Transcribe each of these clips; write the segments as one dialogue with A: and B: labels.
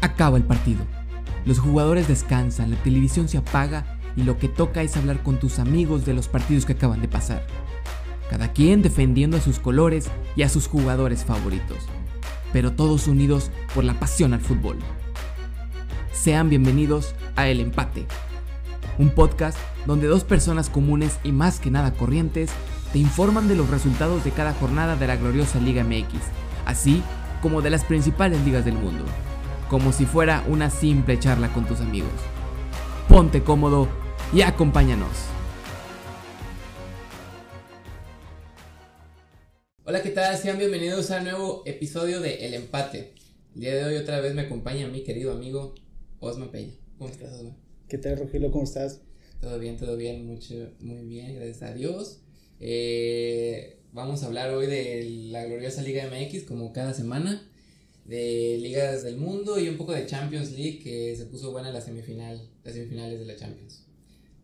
A: Acaba el partido. Los jugadores descansan, la televisión se apaga y lo que toca es hablar con tus amigos de los partidos que acaban de pasar. Cada quien defendiendo a sus colores y a sus jugadores favoritos. Pero todos unidos por la pasión al fútbol. Sean bienvenidos a El Empate. Un podcast donde dos personas comunes y más que nada corrientes te informan de los resultados de cada jornada de la gloriosa Liga MX, así como de las principales ligas del mundo, como si fuera una simple charla con tus amigos. Ponte cómodo y acompáñanos. Hola, ¿qué tal? Sean bienvenidos al nuevo episodio de El Empate. El día de hoy otra vez me acompaña mi querido amigo Osma Peña. ¿Cómo estás, Osma?
B: ¿Qué tal, Rogelio? ¿Cómo estás?
A: Todo bien, todo bien, mucho, muy bien, gracias a Dios. Eh, vamos a hablar hoy de la gloriosa Liga MX, como cada semana, de ligas del mundo y un poco de Champions League, que se puso buena la semifinal, las semifinales de la Champions.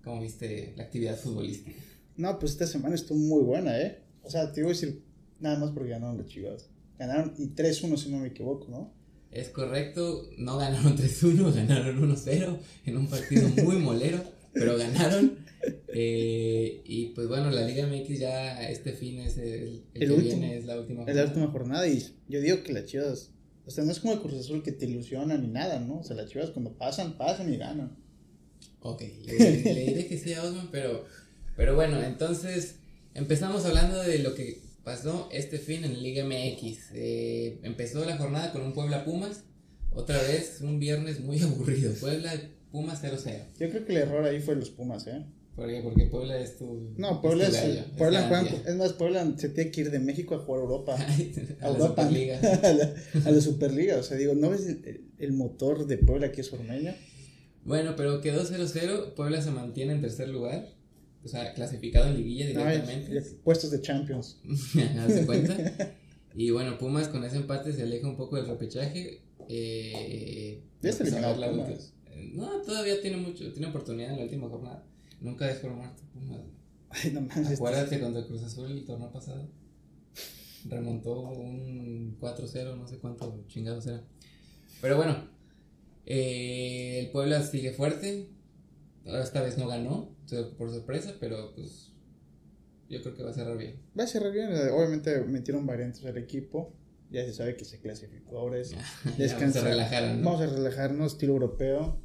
A: ¿Cómo viste la actividad futbolística?
B: No, pues esta semana estuvo muy buena, ¿eh? O sea, te iba a decir nada más porque ganaron las chivas. Ganaron y 3-1, si no me equivoco, ¿no?
A: Es correcto, no ganaron 3-1, ganaron 1-0 en un partido muy molero, pero ganaron. Eh, y pues bueno, la Liga MX ya este fin es el, el,
B: El
A: que
B: último.
A: viene, es la última
B: Es la última jornada y yo digo que las chivas. O sea, no es como el Cruz Azul que te ilusiona ni nada, ¿no? O sea, las chivas cuando pasan, pasan y ganan.
A: Ok, le, le diré que sí a Osman, pero, pero bueno, entonces empezamos hablando de lo que pasó este fin en Liga MX. Eh, empezó la jornada con un Puebla Pumas, otra vez un viernes muy aburrido. Puebla Pumas 0-0.
B: Yo creo que el error ahí fue los Pumas, ¿eh?
A: ¿Por qué? Porque Puebla es tu.
B: No, Puebla
A: es
B: es,
A: tu gallo, es
B: Puebla juegan
A: garantía.
B: con- es más, Puebla se tiene que ir de México a jugar a Europa.
A: a la Superliga.
B: a, la, a la Superliga. O sea, digo, ¿no ves el, el motor de Puebla que es Ormeño?
A: Bueno, pero quedó 0-0. Puebla se mantiene en tercer lugar. O sea, clasificado en liguilla
B: No, es-
A: directamente.
B: ya- puestos de Champions.
A: Haz de cuenta. Y bueno, Pumas con ese empate se aleja un poco del repechaje. Eh,
B: Ya está
A: pues, a ver
B: eliminado
A: la
B: Pumas.
A: ulti- No, todavía tiene mucho, tiene oportunidad en la última jornada. Nunca dejes por muerto Pumas.
B: Ay, no mames.
A: Acuérdate contra Cruz Azul el torneo pasado. Remontó un 4-0, no sé cuánto chingados era. Pero bueno, eh, el Puebla sigue fuerte. Ahora esta vez no ganó, so- por sorpresa, pero pues yo creo que va a cerrar bien.
B: Va a cerrar bien, eh, obviamente metieron variantes al equipo, ya se sabe que se clasificó, ahora es
A: Ya
B: descansar.
A: se relajaron, ¿no?
B: Vamos a relajarnos, estilo europeo,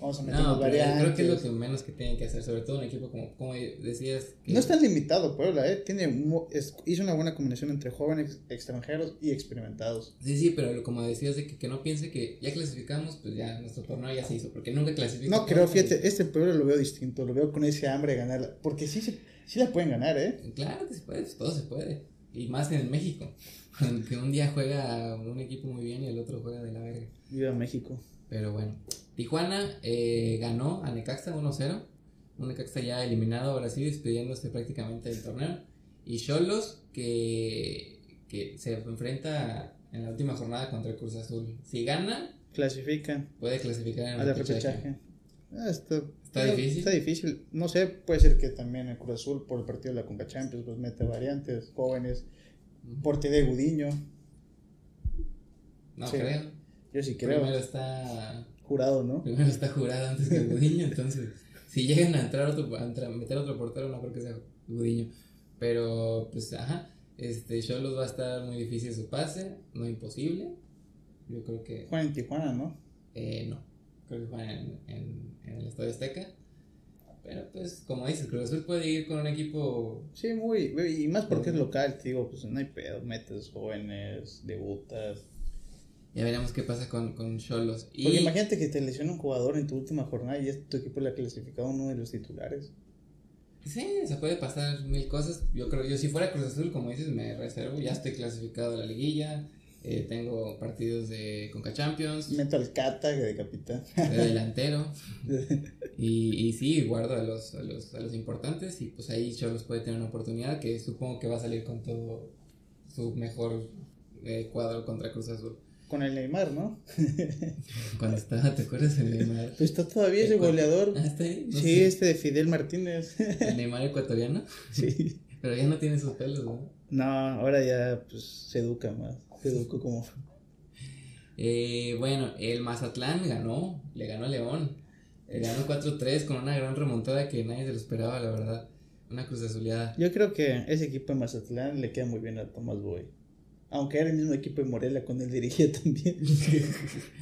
B: vamos a meter
A: No,
B: más
A: pero yo
B: variantes.
A: creo que es lo que menos que tienen que hacer, sobre todo un equipo como, como decías. que-
B: No es tan limitado Puebla, eh, tiene mu- es- hizo una buena combinación entre jóvenes, extranjeros y experimentados.
A: Sí, sí, pero como decías, de que, que no piense que ya clasificamos, pues ya nuestro torneo ya se hizo, porque nunca clasificamos.
B: No creo, fíjate, este Puebla lo veo distinto, lo veo con ese hambre de ganarla, porque sí, se- sí la pueden ganar, eh.
A: Claro que se puede, pues, todo se puede. Y más en México, que un día juega un equipo muy bien y el otro juega de la verga.
B: Viva México.
A: Pero bueno, Tijuana eh, ganó a Necaxa 1-0. Un Necaxa ya eliminado ahora sí, despidiéndose prácticamente del torneo. Y Cholos que, que se enfrenta en la última jornada contra el Cruz Azul. Si gana,
B: Clasifican
A: puede clasificar en
B: al
A: el repechaje.
B: repechaje. Ah, está,
A: Está difícil.
B: Está difícil. No sé, puede ser que también el Cruz Azul por el partido de la Conca Champions pues mete variantes, jóvenes, porte de Gudiño,
A: No
B: Sí,
A: creo.
B: yo sí creo,
A: Primero está
B: jurado, ¿no?
A: primero está jurado antes que Gudiño, entonces si llegan a entrar otro, a entrar- meter otro portero no creo que sea Gudiño, pero pues ajá, este Cholos va a estar muy difícil su pase, no imposible. Yo creo que
B: Juega en Tijuana, ¿no?
A: eh, no, creo que juegan en, en- en el Estadio Azteca. Pero pues como dices, Cruz Azul puede ir con un equipo
B: Sí, muy, y más porque es local, te digo, pues no hay pedo, metes jóvenes, debutas.
A: ya veremos qué pasa con con Cholos
B: Porque
A: y
B: imagínate que te lesiona un jugador en tu última jornada y es tu equipo le ha clasificado uno de los titulares.
A: Sí, se puede pasar mil cosas. Yo creo, yo si fuera Cruz Azul, como dices, me reservo. Ya estoy clasificado a la liguilla. eh, tengo partidos de Conca Champions,
B: Meto al Cata que decapita.
A: de delantero. Y, y sí, guardo a los, a, los, a los importantes. Y pues ahí Cholos puede tener una oportunidad que supongo que va a salir con todo su mejor eh, cuadro contra Cruz Azul.
B: Con el Neymar, ¿no?
A: Cuando estaba, ¿te acuerdas el Neymar?
B: Pues está todavía ese goleador.
A: Ah, está ahí, no
B: Sí, este de Fidel Martínez.
A: sé, El Neymar ecuatoriano.
B: Sí.
A: Pero ya no tiene sus pelos, ¿no?
B: No, ahora ya pues se educa más. Se educó como.
A: Eh, bueno, el Mazatlán ganó, le ganó a León. Le ganó 4-3 con una gran remontada que nadie se lo esperaba, la verdad. Una cruz azuleada.
B: Yo creo que ese equipo de Mazatlán le queda muy bien a Tomás Boy. Aunque era el mismo equipo de Morelia cuando él dirigía también.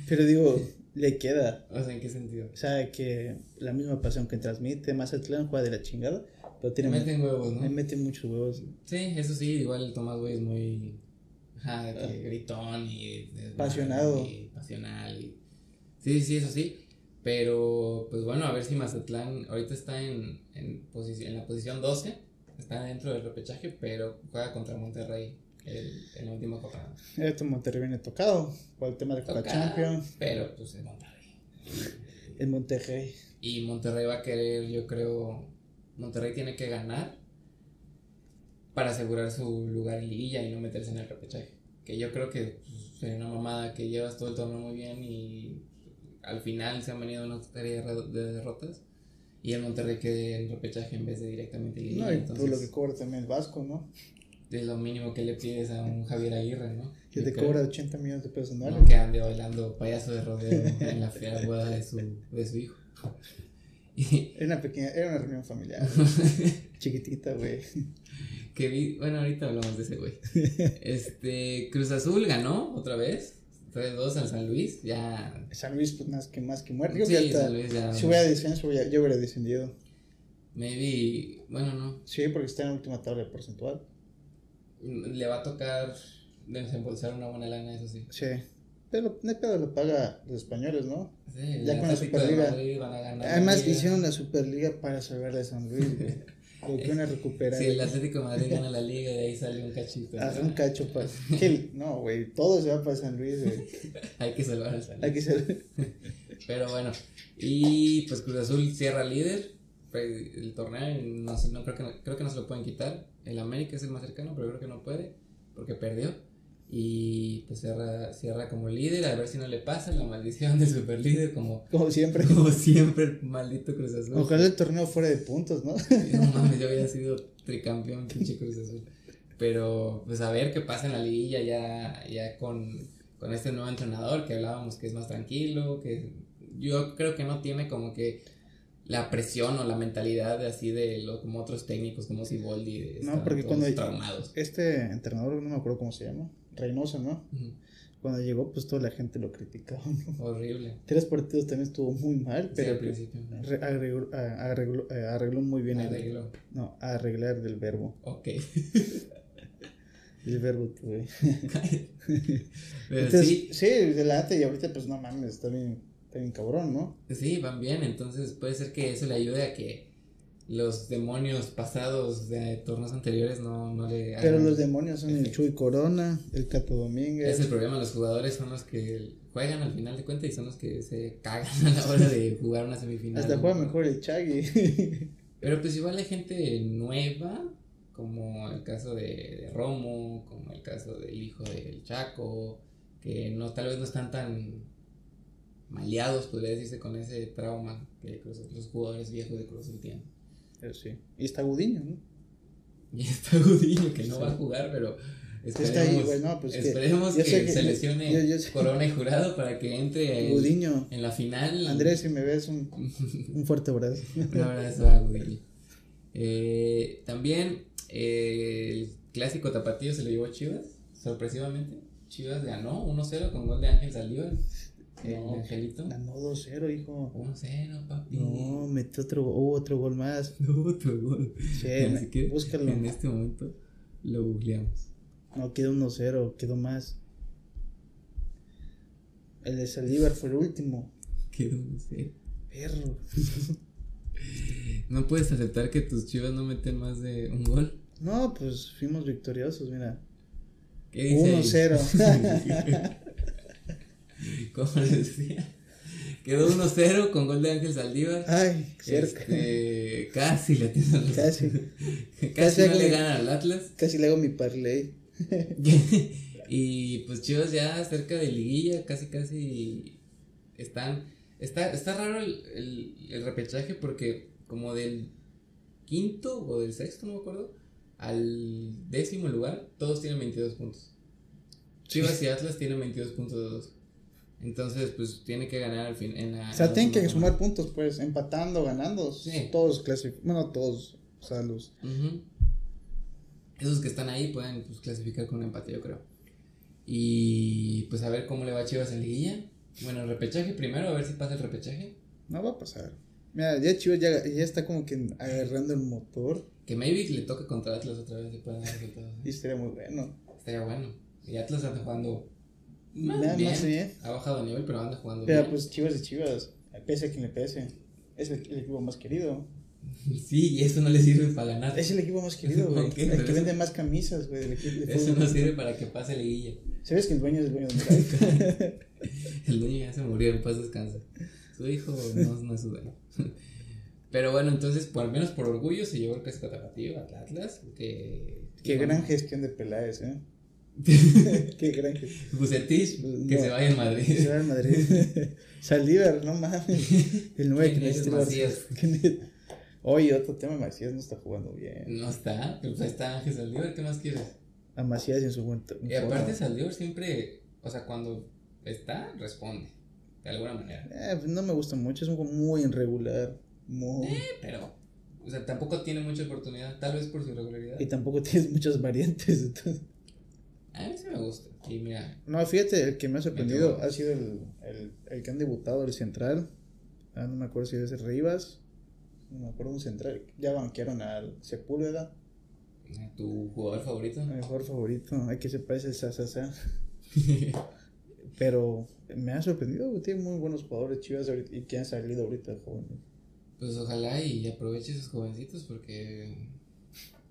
B: Pero digo, le queda.
A: O sea, ¿en qué sentido?
B: O sea, que la misma pasión que transmite Mazatlán juega de la chingada. Pero
A: Le
B: tiene
A: meten huevos,
B: le
A: ¿no?
B: mete muchos huevos.
A: Sí, eso sí, igual el Tomás Güey es muy. Ajá, que gritón y. desmadre
B: Pasionado.
A: y pasional. y- Sí, sí, eso sí. Pero, pues bueno, a ver si Mazatlán ahorita está en, en, posici- en la posición 12. Está dentro del repechaje, pero juega contra Monterrey el, en la última jornada.
B: Esto Este Monterrey viene tocado por el tema de Copa
A: Toca,
B: Champions.
A: Pero, pues es Monterrey.
B: El Monterrey.
A: Y Monterrey va a querer, yo creo, Monterrey tiene que ganar para asegurar su lugar en liguilla y no meterse en el repechaje. Que yo creo que pues, sería una mamada que llevas todo el torneo muy bien y al final se han venido una serie de re- de derrotas y el Monterrey quede en repechaje en vez de directamente en liguilla.
B: No, y por lo que
A: entonces
B: cobra también el Vasco, ¿no?
A: es lo mínimo que le pides a un Javier Aguirre, ¿no?
B: Que
A: Yo
B: te
A: creo.
B: cobra 80 millones de pesos
A: No,
B: anuales.
A: que ande bailando payaso de rodeo en la fea boda de su, de su hijo. Y,
B: Era una pequeña, era una reunión familiar. chiquitita, güey.
A: Que vi, bueno, ahorita hablamos de ese güey. Este, Cruz Azul ganó otra vez. 3-2 al San Luis. Ya.
B: San Luis, pues más que más que muerto. Yo
A: Sí,
B: que hasta
A: San Luis ya.
B: si hubiera descenso, ya- yo hubiera descendido.
A: Maybe, bueno, no.
B: Sí, porque está en la última tabla de porcentual.
A: Le va a tocar desembolsar una buena lana, eso sí.
B: Sí. Pero no hay pedo lo paga los españoles, ¿no?
A: Sí,
B: Ya
A: el
B: con la
A: Atlético de
B: Superliga.
A: Madrid van a ganar.
B: Además,
A: Liga.
B: hicieron la Superliga para salvar a San Luis, güey. Lo que van a recuperar.
A: Si el Atlético de Madrid gana la liga, de ahí sale un cachito.
B: Haz
A: ¿no?
B: un cacho para. ¿Qué? No, güey. Todo se va para San Luis, güey.
A: Hay que salvar al San Luis.
B: Hay que ser.
A: Pero bueno, y pues Cruz Azul cierra líder pues, el torneo, y no, sé, no creo, que, no- creo que no se lo pueden quitar. El América es el más cercano, pero creo que no puede porque perdió. Y pues cierra, cierra como líder, a ver si no le pasa la maldición del superlíder como,
B: Como siempre.
A: como siempre el maldito Cruz Azul.
B: Ojalá el torneo fuera de puntos, ¿no?
A: No mames, yo había sido tricampeón, pinche Cruz Azul. Pero, pues a ver qué pasa en la liguilla ya, ya con, con este nuevo entrenador que hablábamos que es más tranquilo, que yo creo que no tiene como que la presión o la mentalidad de así de lo, como otros técnicos como Siboldi. de
B: No,
A: estar
B: porque
A: todos
B: cuando-
A: Traumados.
B: Este entrenador, no me acuerdo cómo se llama. Reynoso, ¿no?
A: Ujú,
B: Cuando llegó, pues toda la gente lo criticaba, ¿no?
A: Horrible.
B: Tres partidos también estuvo muy mal,
A: Sí, al
B: pero
A: principio.
B: re- arregló, a- arregló- eh, arregló muy bien el.
A: Arregló.
B: No, arreglar del verbo.
A: Ok.
B: El verbo, güey.
A: Pero
B: Entonces,
A: sí,
B: sí, de la neta, y ahorita, pues no mames, está bien, está bien cabrón, ¿no?
A: Pues Sí, van bien, entonces puede ser que eso le ayude a que los demonios pasados de torneos anteriores no, no le hagan.
B: Pero los demonios son el
A: Efecto.
B: Chuy Corona, el Cato
A: Es
B: Domínguez.
A: el problema, los jugadores son los que juegan al final de cuentas y son los que se cagan a la hora de jugar una semifinal.
B: Hasta juega mejor el Chagui.
A: Pero pues igual hay gente nueva, como el caso de, de Romo, como el caso del hijo del Chaco, que no tal vez no están tan maleados, podría decirse, con ese trauma que los, los jugadores viejos de Cruz Azul tienen.
B: Pero sí. Y está Gudiño, ¿no?
A: Y está Gudiño que no
B: Sí.
A: va a jugar, pero
B: Que Está ahí,
A: esperemos,
B: güey, no, pues que.
A: esperemos
B: yo
A: que,
B: sé que-
A: se lesione
B: yo- yo sé-
A: Corona y Jurado para que entre en,
B: Gudiño.
A: en la final.
B: Andrés, si me ves, un, un fuerte abrazo.
A: Un abrazo a Gudiño. Eh, también eh, el clásico tapatío se lo llevó Chivas, sorpresivamente. Chivas ganó 1-0 con gol de Ángel Saldívar, el
B: No.
A: angelito.
B: Ganó 2-0, hijo.
A: 1-0, papi.
B: No, metió otro, hubo otro gol más.
A: No, otro gol.
B: Sí,
A: Así que
B: Eh, búscalo.
A: En este momento lo googleamos.
B: No, quedó 1-0, quedó más. El de Saldívar fue el último.
A: Quedó 1-0.
B: Perro.
A: No puedes aceptar que tus chivas no meten más de un gol.
B: No, pues fuimos victoriosos, mira.
A: ¿Qué dice ahí?
B: 1-0.
A: Como les decía. Quedó 1-0 con gol de Ángel Saldívar.
B: Ay, cerca.
A: Este, casi le atinan al-
B: Casi.
A: Casi
B: Casi
A: no le
B: hago-
A: ganan al Atlas.
B: Casi le hago mi parlay.
A: y pues Chivas ya cerca de liguilla, casi casi están... Está, está raro el, el- el repechaje porque como del quinto o del sexto, no me acuerdo, al décimo lugar, todos tienen 22 puntos. Chivas y Atlas tienen 22 puntos Entonces, pues tiene que ganar al fin. En la,
B: O sea,
A: en
B: tienen que
A: la-
B: sumar puntos, pues, empatando, ganando.
A: Sí.
B: Todos clasifican. Bueno, todos. O sea, los.
A: Ujú. Esos que están ahí pueden pues, clasificar con un empate, yo creo. Y pues a ver cómo le va a Chivas en liguilla. Bueno, repechaje primero, a ver si pasa el repechaje.
B: No va a pasar. Mira, ya Chivas ya, ya está como que agarrando el motor.
A: Que maybe le toque contra Atlas otra vez y pueda dar resultados. ¿eh?
B: Y sería muy bueno.
A: Estaría bueno. Y Atlas anda jugando más
B: Nada
A: bien.
B: más bien.
A: Ha bajado de nivel, pero anda jugando
B: Pero
A: bien.
B: pues Chivas y Chivas. Pese a quien le pese. Es el, el equipo más querido.
A: Sí, y eso no le sirve para nada.
B: Es el equipo más querido, güey.
A: Ok,
B: el
A: pero
B: que
A: eso-
B: vende más camisas, güey. del equipo de
A: Eso
B: fútbol.
A: no sirve para que pase liguilla.
B: ¿Sabes que el dueño es el dueño de Sky?
A: El dueño ya se murió, en paz descansa. Su hijo no, no es su dueño. Pero bueno, entonces, por al menos por orgullo, se llevó el casco tapatío al Atlas. Que,
B: Qué
A: no,
B: gran gestión de Peláez, ¿eh? Qué gran gestión.
A: Bucetich, que
B: No.
A: se vaya en Madrid.
B: Se va al Madrid. Saldívar, no mames. El 9 que
A: ¿Quién es
B: necesita.
A: Macías?
B: ¿Quién es? Oye, otro tema, Macías no está jugando bien.
A: No está, pero pues ahí está Ángel Saldívar, ¿qué más quieres?
B: A Macías en su buen to-
A: Y aparte
B: forma.
A: Saldívar siempre, o sea, cuando está, responde, de alguna manera.
B: Eh, pues, no me gusta mucho, es un juego muy irregular. Muy...
A: Pero, o sea, tampoco tiene mucha oportunidad, tal vez por su irregularidad.
B: Y tampoco tienes muchas variantes. entonces-
A: A mí sí me gusta. Y mira,
B: No, fíjate, el que me ha sorprendido
A: Metió.
B: ha sido el, el, el que han debutado, el central. Ah, no me acuerdo si es Rivas. No me acuerdo un central. Ya banquearon al Sepúlveda,
A: tu jugador favorito.
B: mi mejor favorito. Hay que se parece el Sasasa. Pero me ha sorprendido, güey, tiene muy buenos jugadores chivas ahorita, y que han salido ahorita jóvenes.
A: Pues ojalá y aproveche esos jovencitos porque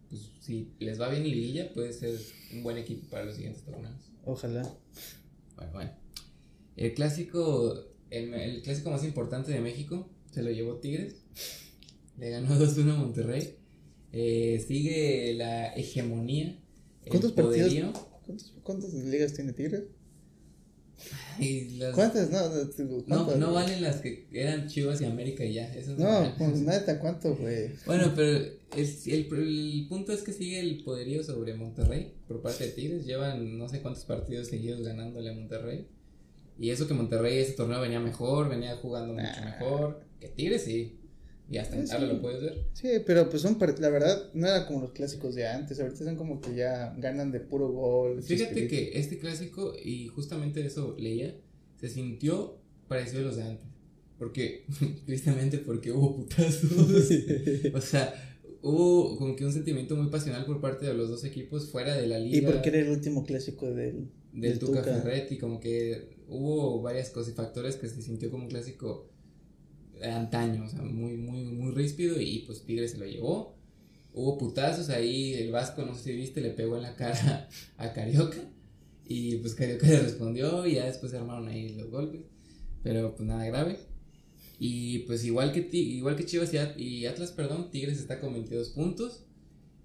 A: pues, si les va bien en liguilla puede ser un buen equipo para los siguientes torneos.
B: Ojalá.
A: Bueno, bueno. El clásico, el, el clásico más importante de México se lo llevó Tigres. Le ganó 2-1 a Monterrey. Eh, sigue la hegemonía. el
B: ¿Cuántos partidos?
A: poderío.
B: ¿Cuántos- ¿Cuántas ligas tiene Tigres?
A: Y las-
B: ¿Cuántas? No, no, digo,
A: Pues, no,
B: ¿cuántas?
A: no valen las que eran Chivas y América y ya. Esas
B: No,
A: valen.
B: pues neta, ¿cuánto, güey?
A: Bueno, pero es- el, el punto es que sigue el poderío sobre Monterrey por parte de Tigres. Llevan no sé cuántos partidos seguidos ganándole a Monterrey. Y eso que Monterrey ese torneo venía mejor, venía jugando mucho
B: Nah.
A: mejor. Que Tigres sí. Y hasta en
B: Ah. Sí,
A: tabla
B: sí.
A: lo puedes ver.
B: Sí, pero pues son, par- la verdad, no era como los clásicos de antes. Ahorita son como que ya ganan de puro gol.
A: Fíjate
B: chistecito.
A: que este clásico, y justamente eso leía, se sintió parecido a los de antes. Porque, tristemente, porque hubo putazos. o sea, hubo como que un sentimiento muy pasional por parte de los dos equipos fuera de la liga.
B: ¿Y por qué era el último clásico del.?
A: del
B: Del
A: Tuca
B: Tuca.
A: Ferretti, como que hubo varias cosas y factores que se sintió como un clásico de antaño, o sea, muy, muy, muy ríspido y pues Tigre se lo llevó. Hubo putazos ahí, el Vasco, no sé si viste, le pegó en la cara a Carioca y pues Carioca le respondió y ya después se armaron ahí los golpes, pero pues nada grave. Y pues igual que, Ti- igual que Chivas y At- y Atlas, perdón, Tigres está con 22 puntos,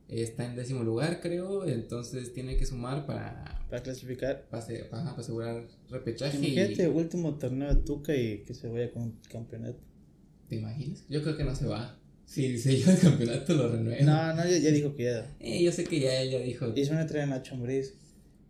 A: está en décimo lugar creo, entonces tiene que sumar para,
B: Para clasificar.
A: para, ase- ajá, para asegurar repechaje. y-
B: Imagínate, último torneo de Tuca y que se vaya con un campeonato.
A: ¿Te imaginas? Yo creo que no se va. Si se lleva el campeonato, lo renueva.
B: No, no, ya, ya dijo que ya.
A: Eh, yo sé que ya él ya dijo,
B: Y se van a traer a Nacho Ambriz.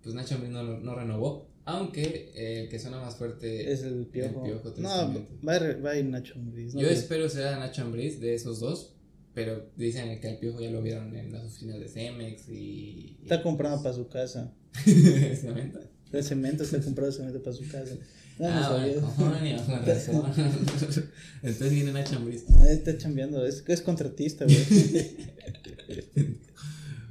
A: pues Nacho Ambriz no, lo- no renovó. Aunque eh, el que suena más fuerte.
B: Es el piojo.
A: Piojo,
B: no,
A: tristemente.
B: va a, ir- va a ir Nacho Ambriz. no
A: yo
B: creo.
A: espero sea Nacho Ambriz de esos dos. Pero dicen que al piojo ya lo vieron en las oficinas de Cemex y. pues,
B: Está comprando para su casa.
A: ¿Se aumenta?
B: El cemento, está comprando cemento para su casa. No, no
A: ah,
B: sabía.
A: bueno, cojones, con razón. Entonces viene Nacho Ambriz.
B: Ah, Está chambeando, es, es contratista, güey.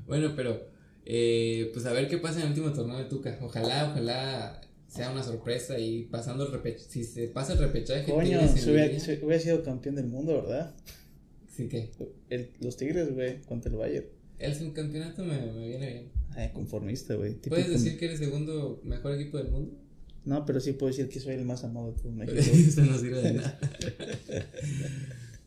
A: Bueno, pero eh, pues a ver qué pasa en el último torneo de Tuca. Ojalá, ojalá sea una sorpresa y pasando el repechaje. Si se pasa el repechaje,
B: Coño,
A: Tigres en
B: se hubiera,
A: liguilla.
B: se hubiera sido campeón del mundo, ¿verdad?
A: Así que
B: El- los Tigres, güey, contra el Bayern.
A: el subcampeonato me, me viene bien.
B: Ay, conformista, güey. típico.
A: ¿Puedes decir que eres el segundo mejor equipo del mundo?
B: No, pero sí puedo decir que soy el más amado de todo
A: Pero
B: México.
A: eso no sirve de nada.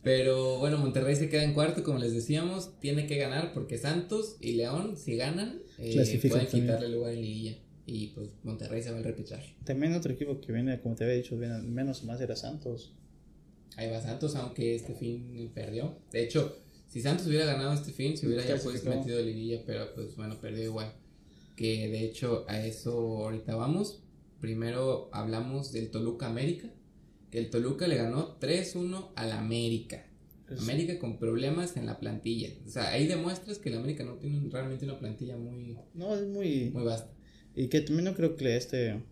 A: Pero bueno, Monterrey se queda en cuarto, como les decíamos. Tiene que ganar porque Santos y León, si ganan, eh,
B: Clasifican
A: pueden
B: también.
A: quitarle el lugar en Liguilla. Y pues Monterrey se va al repechaje.
B: También otro equipo que viene, como te había dicho, viene menos más era Santos.
A: Ahí va Santos, aunque este fin perdió. De hecho, si Santos hubiera ganado este fin, se hubiera ya pues
B: Clasificó.
A: metido liguilla, pero pues bueno, perdió igual. Que de hecho a eso ahorita vamos. primero hablamos del Toluca América, que el Toluca le ganó 3-1 al América.
B: Es-
A: América con problemas en la plantilla. O sea, ahí demuestras que el América no tiene realmente una plantilla muy,
B: No, es muy...
A: muy vasta.
B: Y que también no creo que este...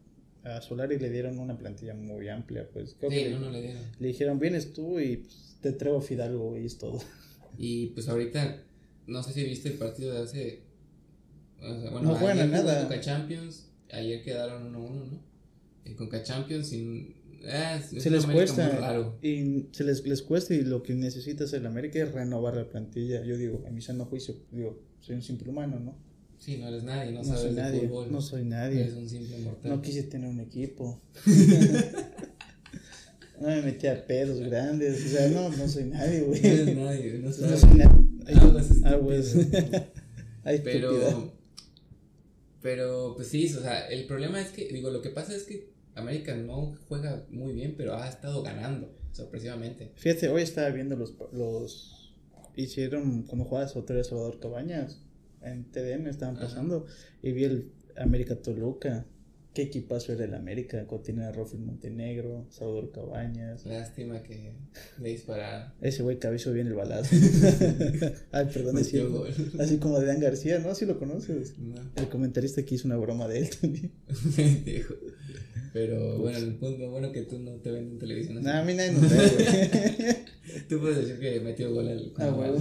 B: A Solari le dieron una plantilla muy amplia, pues. Creo
A: Sí,
B: que
A: no, no le dieron.
B: Le dijeron, vienes tú y pues, te traigo Fidalgo y es todo.
A: Y pues ahorita, no sé si viste el partido de hace. o sea, bueno,
B: No juegan
A: ayer
B: a
A: jugó
B: nada.
A: Conca Champions, ayer quedaron 1-1, ¿no? En Conca Champions, sin. ah, es
B: se
A: un
B: les
A: América
B: cuesta.
A: muy raro.
B: Y se les, les cuesta y lo que necesitas el América es renovar la plantilla. Yo digo, en mi sano juicio, digo, soy un simple humano, ¿no?
A: Sí, no eres nadie, no,
B: No,
A: sabes
B: soy
A: de
B: nadie.
A: fútbol.
B: No soy
A: Eres
B: nadie.
A: un simple mortal.
B: No quise tener un equipo. no me metí a pedos grandes. O sea, no, no soy nadie, güey.
A: No eres nadie, no
B: No
A: sabes.
B: soy nadie. Ah,
A: Algo es
B: Algo es.
A: estúpido.
B: Ay, estúpida.
A: Pero. Pero, pues sí, o sea, el problema es que, digo, lo que pasa es que América no juega muy bien, pero ha estado ganando, sorpresivamente.
B: Fíjate, hoy estaba viendo los, los hicieron cuando jugaba Sotero Salvador Cabañas en TDN estaban
A: Ajá.
B: pasando y vi el América Toluca. Qué equipazo era el América, Cotina Rofi Montenegro, Salvador Cabañas.
A: Lástima que le dispararon.
B: Ese güey cabezó bien el balazo. Ay, perdón, es
A: Metió
B: cierto.
A: gol.
B: Así como Adrián García, ¿no? Si lo conoces.
A: No,
B: El comentarista que hizo una broma de él también.
A: pendejo. Pero bueno, el punto bueno que tú no te ven en televisión. así.
B: Nah, a mí nadie nos ve, güey.
A: Tú puedes decir que metió gol al.
B: Ah, huevo.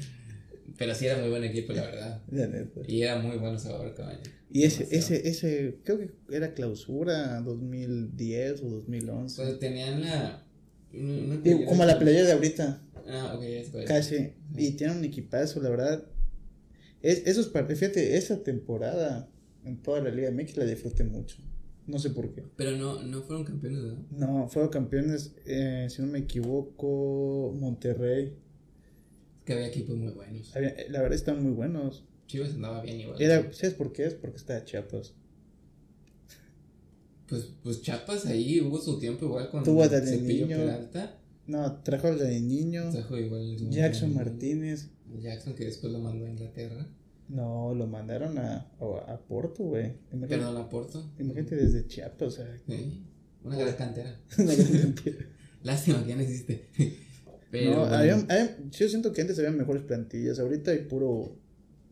A: Pero sí era muy buen equipo, la verdad.
B: La neta.
A: Y era muy bueno Salvador Cabañas.
B: Y ese,
A: Demasiado.
B: ese, ese, creo que era clausura 2010 o 2011.
A: Pues tenían la. una- una
B: Digo,
A: playera
B: como la
A: que-
B: playera de ahorita,
A: Ah, ok, ya se puede.
B: casi. Y tiene un equipazo, la verdad. Es, esos partidos, fíjate, esa temporada en toda la Liga MX la disfruté mucho. No sé por qué.
A: Pero no, no fueron campeones, ¿no?
B: No, fueron campeones, eh, si no me equivoco, Monterrey.
A: Es que había equipos muy buenos.
B: Había- eh, La verdad están muy buenos.
A: Chivas andaba bien igual.
B: Era, ¿Sabes por qué? Es porque está Chiapas.
A: Pues, pues Chapas ahí hubo su tiempo igual con
B: Tuvo a Daniel
A: Cepillo
B: Niño.
A: Peralta.
B: No, trajo al de niño,
A: Trajo igual en su
B: Jackson
A: momento.
B: Martínez.
A: Jackson que después lo mandó a Inglaterra.
B: No, lo mandaron a, a, a Porto, güey. Imagínate,
A: Perdón, a Porto.
B: imagínate desde Chiapas, o sea,
A: Sí, una gran cantera.
B: una gran cantidad.
A: Lástima que ya no existe. Pero
B: No,
A: bueno,
B: había- había- yo siento que antes había mejores plantillas. Ahorita hay puro,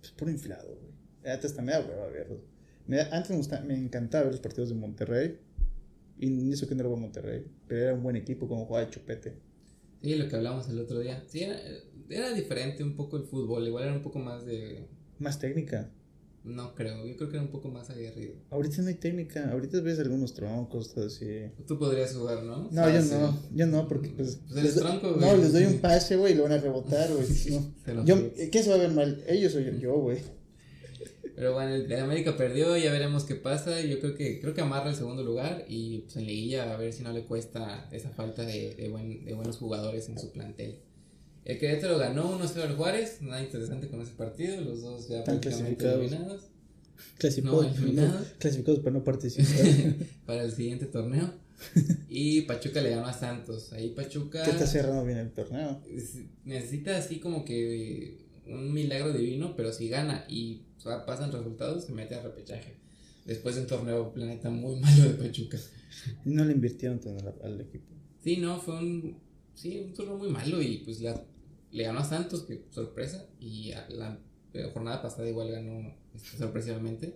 B: pues, puro inflado, güey. Antes hasta me da hueva verlos. Me da- antes me, gusta- me encantaba ver los partidos de Monterrey. Y eso que no era buen Monterrey. Pero era un buen equipo como jugaba de chupete.
A: sí, lo que hablamos el otro día. Sí, era, era diferente un poco el fútbol. Igual era un poco más de.
B: Más técnica.
A: No creo, yo creo que era un poco más aguerrido.
B: Ahorita no hay técnica. Ahorita ves algunos troncos, cosas así.
A: Tú podrías jugar, ¿no? eh,
B: No, yo
A: Fácil.
B: no. Yo no, porque pues.
A: Ah, Pues eres
B: les do-
A: tronco, güey.
B: no, les doy un pase, güey, y lo van a rebotar, güey. No.
A: Te lo
B: Yo,
A: juro.
B: ¿Qué se va a ver mal? ¿Ellos o yo, yo, güey?
A: Pero bueno, el, el América perdió, ya veremos qué pasa. Yo creo que creo que amarra el segundo lugar y pues en liguilla a ver si no le cuesta esa falta de, de, buen- de buenos jugadores en su plantel. El Querétaro ganó 1-0 al Juárez, nada interesante con ese partido, los dos ya
B: Están
A: prácticamente
B: clasificados.
A: eliminados
B: Clasificados,
A: No, eliminados.
B: clasificados para no participar.
A: para el siguiente torneo. Y Pachuca le ganó a Santos. Ahí Pachuca
B: Que está cerrando bien el torneo.
A: es- necesita así como que un milagro divino, pero si gana y o sea, pasan resultados, se mete a repechaje. Después de un torneo planeta muy malo de Pachuca.
B: No le invirtieron tan al, al equipo.
A: Sí, no, fue un, sí, un torneo muy malo y pues la- le ganó a Santos, que sorpresa, y a la, la jornada pasada igual ganó este, sorpresivamente.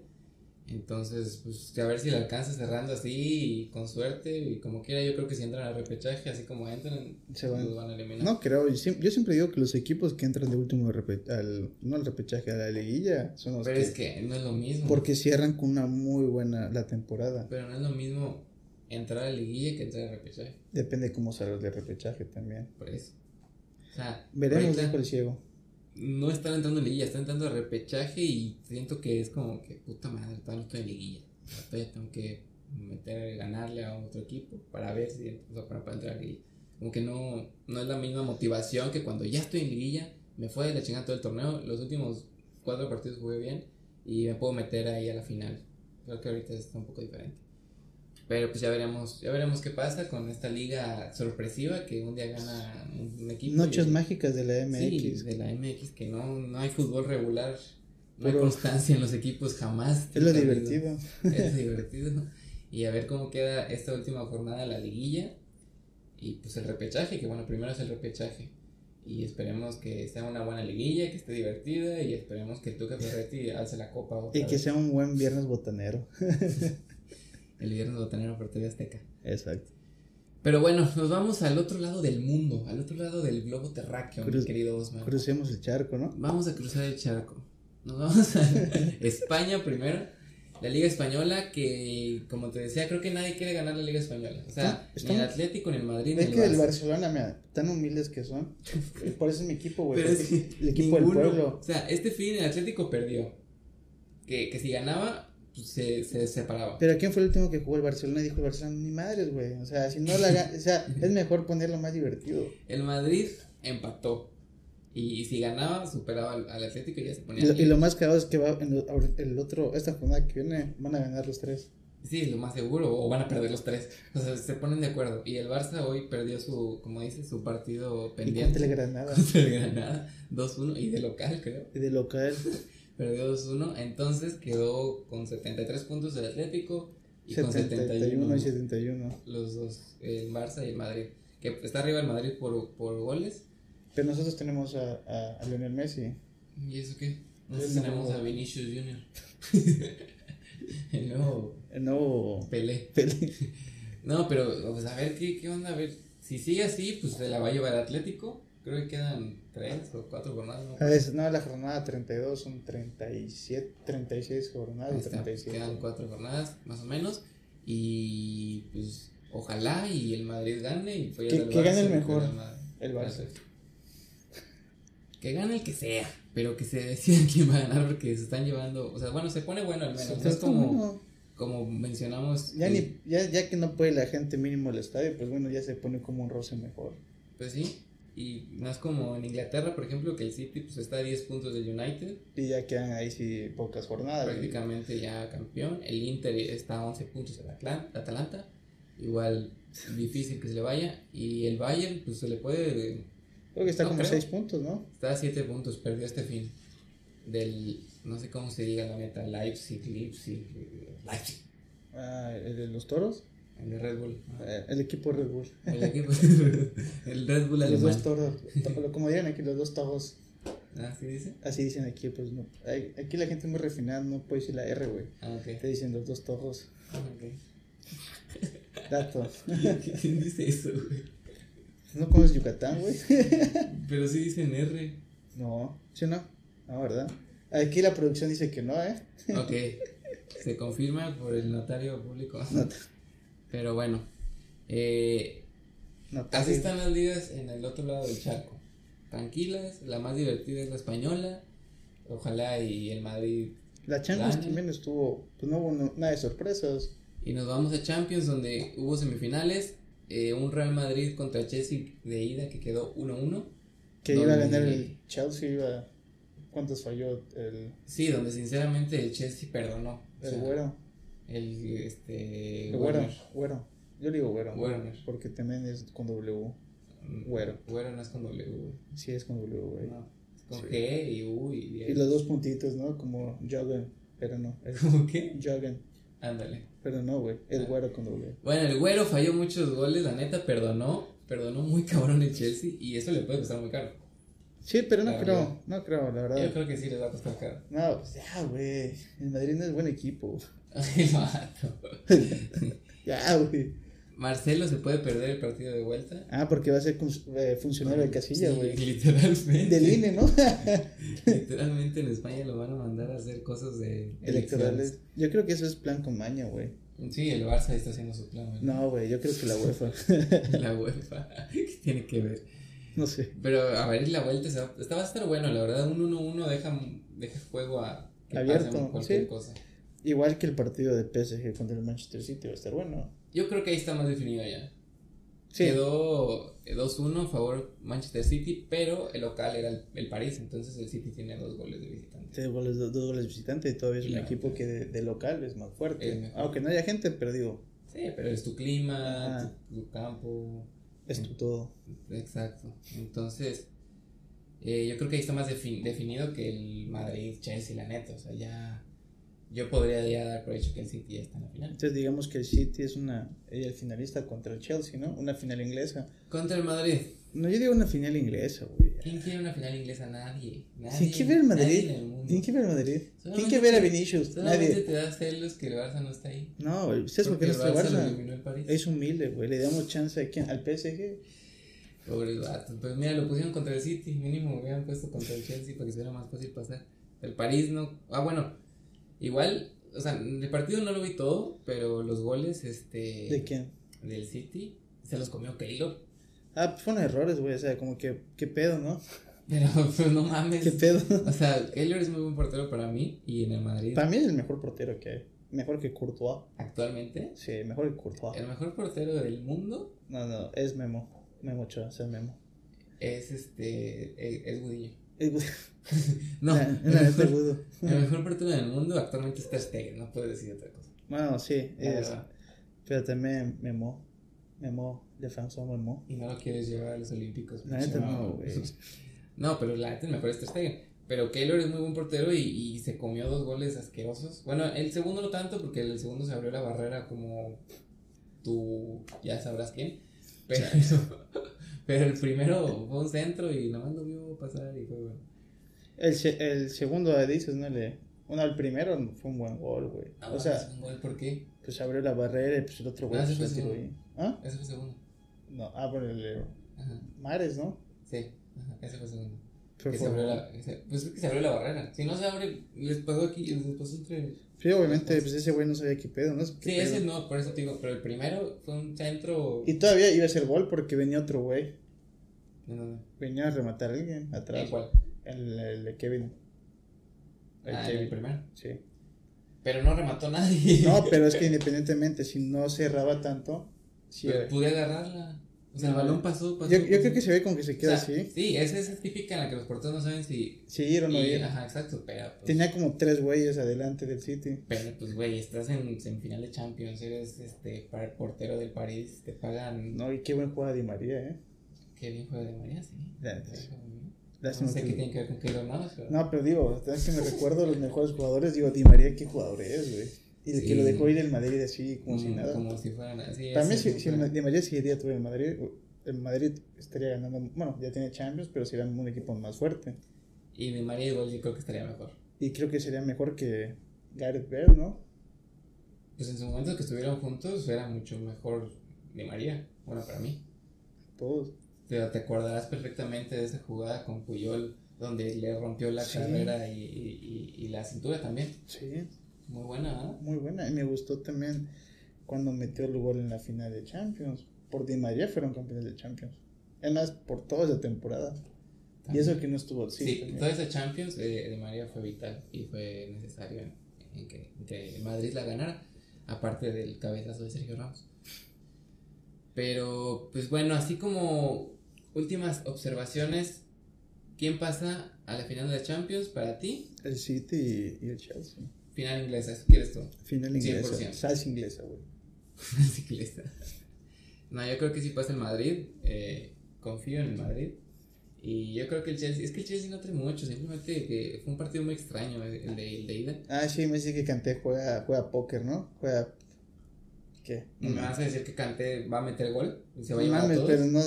A: Entonces, pues a ver si le alcanza cerrando así y con suerte y como quiera, yo creo que si entran al repechaje, así como entran,
B: Se van.
A: los van a eliminar.
B: No creo, yo siem- yo siempre digo que los equipos que entran de último repe- al, no al repechaje, a la liguilla, son los
A: Pero
B: que,
A: es que no es lo mismo.
B: porque cierran con una muy buena la temporada.
A: Pero no es lo mismo entrar a liguilla que entrar a repechaje,
B: Depende cómo salga de repechaje también.
A: por eso. O sea,
B: Veremos
A: ahorita
B: dijo el ciego.
A: no están entrando en liguilla, están entrando a repechaje y siento que es como que, puta madre, todavía no estoy en liguilla. Todavía tengo que meter, ganarle a otro equipo para ver si, o sea, para, para entrar a liguilla. Como que no, no es la misma motivación que cuando ya estoy en liguilla, me fue de la chingada todo el torneo, los últimos cuatro partidos jugué bien y me puedo meter ahí a la final. Creo que ahorita está un poco diferente. Pero pues ya veremos, ya veremos qué pasa con esta liga sorpresiva que un día gana un un equipo.
B: Noches
A: y- pues, eh,
B: mágicas de la MX.
A: Sí, de la MX que no, no hay fútbol regular, no hay
B: Puro-
A: constancia en los equipos jamás.
B: es lo
A: Ha habido.
B: divertido.
A: Es divertido. y a ver cómo queda esta última jornada de la liguilla y pues el repechaje, que bueno, primero es el repechaje. Y esperemos que sea una buena liguilla, que esté divertida y esperemos que el Tuca Ferretti alce la copa. otra
B: Y que
A: vez.
B: sea un buen viernes botanero.
A: El viernes lo tener por TV Azteca.
B: Exacto.
A: Pero bueno, nos vamos al otro lado del mundo, al otro lado del globo terráqueo,
B: Cruz-
A: mi querido Osman.
B: Crucemos el charco, ¿no?
A: Vamos a cruzar el charco. Nos vamos a España primero. La Liga Española, que como te decía, creo que nadie quiere ganar la Liga Española. O sea,
B: Está- Ah, está-
A: ni el Atlético, ni el Madrid, ni
B: Es
A: el
B: que el
A: Barça.
B: Barcelona, mira, tan humildes que son. Por eso es mi equipo, güey.
A: Pero es
B: porque
A: que
B: El equipo
A: ninguno-
B: del pueblo.
A: O sea, este fin el Atlético perdió. Que, que si ganaba, pues, se, se separaba.
B: Pero ¿quién fue el último que jugó el Barcelona? Y dijo el Barcelona, ni madres, güey. O sea, si no la ga- o sea, es mejor ponerlo más divertido.
A: El Madrid empató. Y, y si ganaba, superaba al, al Atlético y ya se
B: Y
A: ponía.
B: lo, y lo más cagado es que va en lo- ahor- el otro, esta jornada que viene, van a ganar los tres.
A: Sí, lo más seguro, o van a perder los tres. O sea, se ponen de acuerdo. Y el Barça hoy perdió su, como dice, su partido
B: Y contra el
A: pendiente.
B: Granada.
A: Contra el Granada, 2-1, y de local, creo.
B: Y de local,
A: Perdió 2-1, entonces quedó con 73 puntos el Atlético y con
B: 71
A: 71
B: y 71.
A: los dos, el Barça y el Madrid. Que está arriba el Madrid por, por goles.
B: Pero nosotros tenemos a, a, a Lionel Messi.
A: ¿Y eso qué?
B: El
A: Nosotros tenemos
B: nuevo-
A: a Vinicius Jr. el nuevo
B: El nuevo
A: Pelé.
B: Pelé.
A: No, pero pues, a ver ¿qué, qué onda, a ver. Si sigue así, pues se la va a llevar Atlético. Creo que quedan tres o cuatro jornadas. ¿no?
B: A ver, Ah, no, la jornada 32 son 37, 36
A: Ahí
B: jornadas,
A: está, pues,
B: 37.
A: quedan cuatro jornadas, más o menos. Y pues ojalá y el Madrid gane. Y fue
B: Que-
A: al
B: que gane
A: Barça,
B: el
A: y
B: mejor,
A: fue al Madrid.
B: el Barça.
A: Que gane el que sea, pero que se decida quién va a ganar porque se están llevando. O sea, bueno, se pone bueno al menos.
B: Entonces,
A: no es como,
B: bueno,
A: como mencionamos.
B: ya,
A: el-
B: ni, ya, ya que no puede la gente mínimo al estadio, pues bueno, ya se pone como un roce mejor.
A: Pues sí. Y no es como en Inglaterra, por ejemplo, que el City pues, está a 10 puntos del United.
B: Y ya quedan ahí Ah, sí pocas jornadas.
A: prácticamente ya campeón. El Inter está a 11 puntos en Atalanta. Igual difícil que se le vaya. Y el Bayern, pues se le puede.
B: Creo que está
A: No
B: como
A: creo.
B: 6 puntos, ¿no?
A: Está a 7 puntos, perdió este fin. Del. No sé cómo se diga la meta. Leipzig, Leipzig, Leipzig.
B: Ah, el de los toros.
A: El de Red Bull.
B: Eh, El equipo Red Bull.
A: El equipo. el Red Bull
B: Los
A: alemán.
B: dos toros. to- Como dirían aquí, los dos toros.
A: ¿Así Ah, dice?
B: Así dicen aquí, pues no. Ay, Aquí la gente es muy refinada, no puede decir la R, güey.
A: Ah, ok. Ah,
B: Te dicen los dos toros.
A: ok.
B: Dato.
A: ¿Quién dice eso, güey?
B: ¿No conoces Yucatán, güey?
A: Pero sí dicen R.
B: No, ¿sí o no? No, ¿verdad? Aquí la producción dice que no, ¿eh?
A: Ok, se confirma por el notario público. Pero bueno, eh,
B: No,
A: así están las ligas en el otro lado del charco. Tranquilas, la más divertida es la española. Ojalá y el Madrid.
B: La Champions
A: Lana.
B: también estuvo, pues no hubo no- nada de sorpresas.
A: Y nos vamos a Champions, donde hubo semifinales. eh, un Real Madrid contra Chelsea de ida que quedó 1-1.
B: Que iba a
A: Donde-
B: ganar el Chelsea, iba... ¿Cuántos falló el,
A: Sí, donde sinceramente el Chelsea perdonó. O
B: el
A: sea,
B: güero?
A: El, este,
B: El güero,
A: Werner.
B: güero. Yo le digo güero.
A: Werner.
B: Porque también es con W. Güero.
A: Güero no es con W. güey.
B: Sí, es con W, güey.
A: No, es con
B: Sí.
A: G y U y
B: Y los dos puntitos, ¿no? Como Joggen, pero no. Es
A: ¿Cómo qué?
B: Joggen,
A: Ándale.
B: pero no, güey.
A: Ah.
B: Es güero con W.
A: Bueno, el güero falló muchos goles, la neta, perdonó. Perdonó muy cabrón el Chelsea y eso le puede costar muy caro.
B: Sí, pero no
A: La verdad.
B: creo, no creo, la verdad.
A: Ah, Yo creo que sí les va a costar caro.
B: No, pues ya, güey. El Madrid no es buen equipo.
A: El vato.
B: Ya, güey.
A: Marcelo se puede perder el partido de vuelta.
B: Ah, porque va a ser cons- eh, funcionario de casilla,
A: Sí,
B: güey.
A: Literalmente.
B: Del INE, ¿no?
A: Literalmente en España lo van a mandar a hacer cosas de
B: Electorales. Yo creo que eso es plan con maña, güey.
A: elecciones. Sí, el Barça está haciendo su plan. ¿no?
B: No, güey, yo creo que la UEFA.
A: La UEFA. ¿Qué tiene que ver?
B: No sé.
A: Pero a ver, la vuelta se va, esta va a estar bueno, la verdad. Un 1-1 deja, deja juego a que
B: Abierto,
A: pase cualquier
B: sí.
A: cosa.
B: Igual que el partido de PSG contra el Manchester City va a estar bueno.
A: Yo creo que ahí está más definido ya.
B: Sí.
A: Quedó 2-1 a favor Manchester City, pero el local era el, el París, entonces el City tiene dos goles de visitante.
B: Tres goles, dos, dos goles visitante y todavía es un
A: Claro.
B: equipo que de, de local es más fuerte.
A: Es mejor.
B: Aunque no haya gente, pero digo,
A: Sí, pero es tu clima,
B: Ajá.
A: tu, tu campo.
B: es
A: Mm.
B: tu todo.
A: Exacto. Entonces, eh, yo creo que ahí está más defi- definido que el Madrid-Chelsea, la neta. O sea, ya, yo podría ya dar por hecho que el City ya está en la final.
B: Entonces digamos que el City es una ella el finalista contra el Chelsea, ¿no? Una final inglesa.
A: Contra el Madrid.
B: No, yo digo una final inglesa, güey.
A: ¿Quién quiere una final inglesa? Nadie. nadie
B: Tiene que ver el Madrid.
A: nadie en el mundo.
B: Tiene que ver el Madrid. Tiene
A: Solamente
B: que ver a
A: te-
B: Vinicius.
A: Solamente
B: Nadie.
A: te da celos que el Barça no está ahí.
B: No, güey. ¿Sabes por qué
A: Porque
B: no está el
A: lo
B: Barça?
A: eliminó el París.
B: Es humilde, güey. Le damos chance aquí al PSG.
A: Pobres vatos. Pues mira, lo pusieron contra el City. Mínimo hubieran puesto contra el Chelsea para que fuera más fácil pasar. El París no. Ah, bueno. Igual, o sea, el partido no lo vi todo, pero los goles este
B: ¿De quién?
A: del City se los comió Keylor.
B: Ah, pues fueron errores, güey. O sea, como que, qué pedo, ¿no?
A: Pero pues no mames.
B: Qué pedo.
A: O sea, Keylor es muy buen portero para mí y en el Madrid
B: Para mí es el mejor portero que hay. Mejor que Courtois.
A: actualmente.
B: Sí, mejor que Courtois.
A: El mejor portero del mundo
B: No, no, es Memo. Memo Ochoa, es el Memo.
A: es este. es- es Gudiño.
B: Es
A: No, el
B: este
A: mejor,
B: Gudo.
A: el mejor portero del mundo actualmente es Ter Stegen, no puedo decir otra cosa.
B: Bueno, sí,
A: la
B: es,
A: verdad.
B: pero también Memo. Memo, de François Memo.
A: Y no lo quieres llevar a los Olímpicos.
B: La
A: pinche
B: neta no,
A: mamá.
B: güey.
A: No, pero la neta el mejor es Ter Stegen. Pero Keylor es muy buen portero y, y se comió dos goles asquerosos. Bueno, el segundo no tanto porque el segundo se abrió la barrera como tú ya sabrás quién. Pero, pero el primero fue un centro y nomás lo vio pasar y fue bueno.
B: El, se- el segundo, eh, dices, ¿no? Le, bueno, el primero fue un buen gol, güey.
A: Ahora
B: O sea,
A: es un gol, ¿por qué?
B: pues abrió la barrera y pues el otro güey
A: Ah,
B: pues,
A: ese
B: la
A: fue
B: tiró
A: segundo.
B: ahí. ¿Ah?
A: Ese fue segundo.
B: No, ah, bueno, el de
A: Ajá.
B: Mares, ¿no?
A: Sí, ajá, ese fue segundo.
B: Pero
A: Que se
B: fue-
A: abrió la, ese- pues es que se abrió la barrera. Si no se abre, les pasó aquí, les pasó entre
B: Sí, obviamente, pues ese güey no sabía qué pedo, ¿no? ¿Qué
A: Sí,
B: pedo?
A: ese no, por eso te digo, pero el primero fue un centro.
B: Y todavía iba a ser gol porque venía otro güey.
A: No, no, no.
B: Venía a rematar a alguien atrás.
A: ¿En cuál?
B: El, el de Kevin. El
A: Ah, en el
B: Kevin.
A: primero.
B: Sí.
A: Pero no remató nadie.
B: No, pero es que independientemente, si no cerraba tanto, sí.
A: Pero pude agarrarla. O sea, el balón pasó,
B: Yo,
A: pasó.
B: yo creo que
A: pasó.
B: se ve como que se
A: O
B: queda
A: sea,
B: así.
A: ¿eh? Sí, esa es típica en la que los porteros no saben si.
B: Si ir o no
A: y-
B: ir.
A: ajá, exacto, pero. Pues,
B: Tenía como tres güeyes adelante del City.
A: Pero pues, güey, estás en semifinal de Champions, eres este par- portero del París, te pagan.
B: No, y qué buen juega Di María, ¿eh?
A: Qué bien juega de María, sí.
B: La-
A: No
B: Lástima
A: sé
B: que-
A: qué tiene que ver con Keylor Navas, pero.
B: No, pero digo, es que me recuerdo a los mejores jugadores. Digo, Di María, qué jugador es, güey. Y el que
A: Sí.
B: lo dejó ir el Madrid así, como
A: como,
B: si nada.
A: como si fueran así.
B: Para mí,
A: así,
B: si, si el Ma- Di María seguiría todavía en Madrid, el Madrid estaría ganando. Bueno, ya tiene Champions, pero sería un equipo más fuerte.
A: Y de María igual yo creo que estaría mejor.
B: Y creo que sería mejor que Gareth Bale, ¿no?
A: Pues en su momento que estuvieron juntos era mucho mejor de María, bueno para mí.
B: Todos.
A: Pero te acordarás perfectamente de esa jugada con Puyol donde le rompió la
B: Sí.
A: carrera y, y- y- y la cintura también.
B: Sí,
A: Muy buena, ¿eh?
B: muy buena. Y me gustó también cuando metió el gol en la final de Champions. Por Di María fueron campeones de Champions. Además, por toda esa temporada. Y eso que no estuvo
A: Sí,
B: así. también.
A: toda esa Champions eh, de María fue vital y fue necesario en, en que, en que Madrid la ganara, aparte del cabezazo de Sergio Ramos. Pero, pues bueno, así como últimas observaciones, ¿quién pasa a la final de la Champions para ti?
B: El City y, y el Chelsea.
A: Final inglesa, eso quieres tú.
B: Final inglesa.
A: 100%.
B: Salsa inglesa, güey.
A: Ciclista. No, yo creo que sí pasa el Madrid. eh, confío en el Madrid. Y yo creo que el Chelsea, es que el Chelsea no trae mucho, simplemente que fue un partido muy extraño eh, el de, el de ida.
B: Ah, sí, me dice que Canté juega, juega póker, ¿no? Juega. ¿Qué?
A: No me vas a decir que Kanté va a meter gol y se va a
B: No
A: llevar a
B: mames,
A: todos.
B: pero no.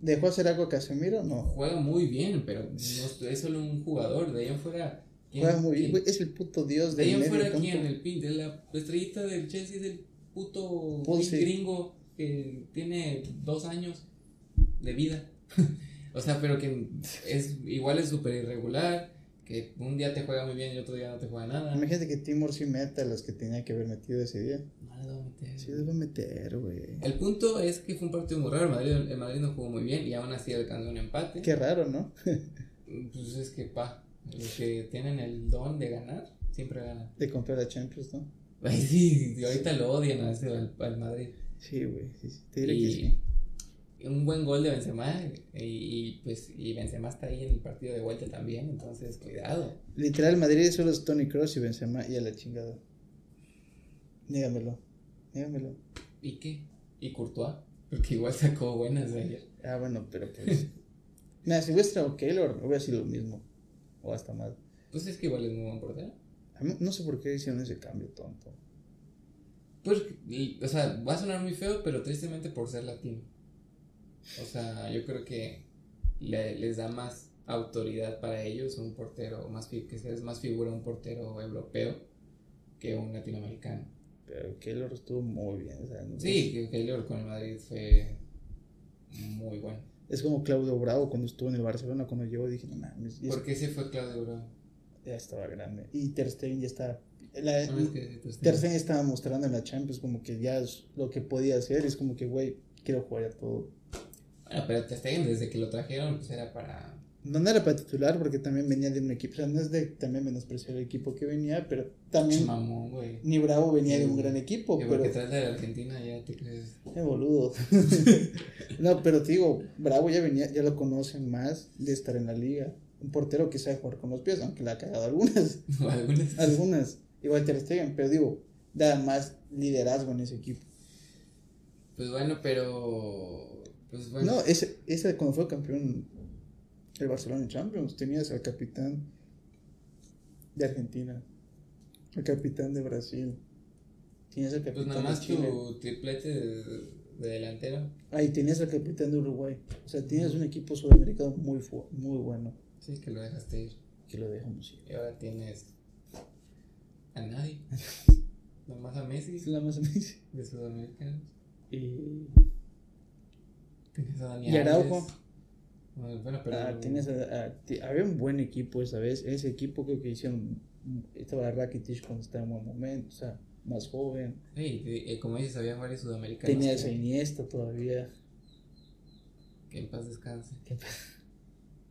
B: ¿Dejó hacer algo a Casemiro? No.
A: Juega muy bien, pero no es es solo un jugador. De ahí en fuera. ¿quién-
B: Juega muy bien,
A: quién?
B: güey. Es el puto dios
A: De ahí
B: del
A: en
B: medio
A: fuera,
B: campo.
A: ¿quién? El pin, de la estrellita del Chelsea es el puto
B: Pulse.
A: gringo que tiene dos años de vida. o sea, pero que es igual es súper irregular, que un día te juega muy bien y otro día no te juega nada.
B: Imagínate que Timor sí meta a los que tenía que haber metido ese día.
A: No le doy a meter.
B: Sí, debe meter, güey.
A: El punto es que fue un partido muy raro. El Madrid, el Madrid no jugó muy bien y aún así alcanzó un empate.
B: Qué raro, ¿no?
A: Pues es que, pa, los que tienen el don de ganar siempre ganan.
B: De comprar a Champions, ¿no?
A: Ay, sí, ahorita lo odian a ese- al- al Madrid.
B: Sí, güey. Sí, sí. Te diré que sí.
A: y un buen gol de Benzema y, y, pues y Benzema está ahí en el partido de vuelta también entonces cuidado
B: Literal, Madrid solo es Tony Cross y Benzema y a la chingada. Nígamelo. Nígamelo.
A: y qué y Courtois porque igual sacó buenas de ayer
B: Ah, bueno, pero pues. Nada, si hubiera estado Keylor, hubiera sido lo mismo. O hasta más.
A: pues es que igual es muy buen portero
B: A mí- No sé por qué hicieron ese cambio tonto.
A: Pues, y, o sea, va a sonar muy feo, pero tristemente por ser latino. O sea, yo creo que le- les da más autoridad para ellos un portero, más fi- que es más figura un portero europeo que un latinoamericano.
B: Pero Keylor estuvo muy bien. o sea, no-
A: Sí, que Keylor con el Madrid fue muy bueno.
B: Es como Claudio Bravo cuando estuvo en el Barcelona, cuando llegó dije, no mames, y es-
A: Porque ese fue Claudio Bravo.
B: ya estaba grande. Y Ter Stegen ya estaba... La,
A: No, es que- pues,
B: Eh, Ter Stegen estaba mostrando en la Champions como que ya es lo que podía hacer. Es como que, güey, quiero jugar a todo.
A: Bueno, Ah, pero Ter Stegen, desde que lo trajeron, pues era para...
B: No no era para titular porque también venía de un equipo. O sea, no es de también menospreciar el equipo que venía, pero también
A: Mamón, güey.
B: ni Bravo venía de un
A: Sí.
B: gran equipo.
A: Que
B: pero
A: porque traes la de Argentina ya te crees...
B: Eh, boludo. no, pero te digo, Bravo ya venía, ya lo conocen más de estar en la liga. Un portero que sabe jugar con los pies, aunque la ha cagado algunas,
A: o algunas-
B: algunas. Igual Ter Stegen, pero digo, da más liderazgo en ese equipo.
A: Pues bueno, pero. Pues bueno.
B: No, ese, ese cuando fue campeón el Barcelona Champions, tenías al capitán de Argentina, al capitán de Brasil, tenías al
A: pues
B: capitán
A: nada
B: de
A: más
B: eh, Chile.
A: tu triplete de, de delantero.
B: Ahí tenías al capitán de Uruguay. O sea, tienes un equipo sudamericano muy, fu- muy bueno.
A: Sí, que lo dejaste ir.
B: que lo dejamos ir.
A: Y ahora tienes. A nadie. nada más a
B: Es
A: Messi
B: la más amazing.
A: de Sudamérica.
B: Y
A: Tienes a Dani
B: Y Araujo.
A: Alves. Bueno, bueno, pero.
B: ah, tienes a- a- ti- había un buen equipo esa vez. Ese equipo creo que hicieron. Estaba Rakitic cuando estaba en buen momento, o sea, más joven.
A: Sí, sí, eh, como dices, había varios sudamericanos.
B: Tenías a
A: que,
B: Iniesta todavía.
A: que en paz descanse.
B: Que en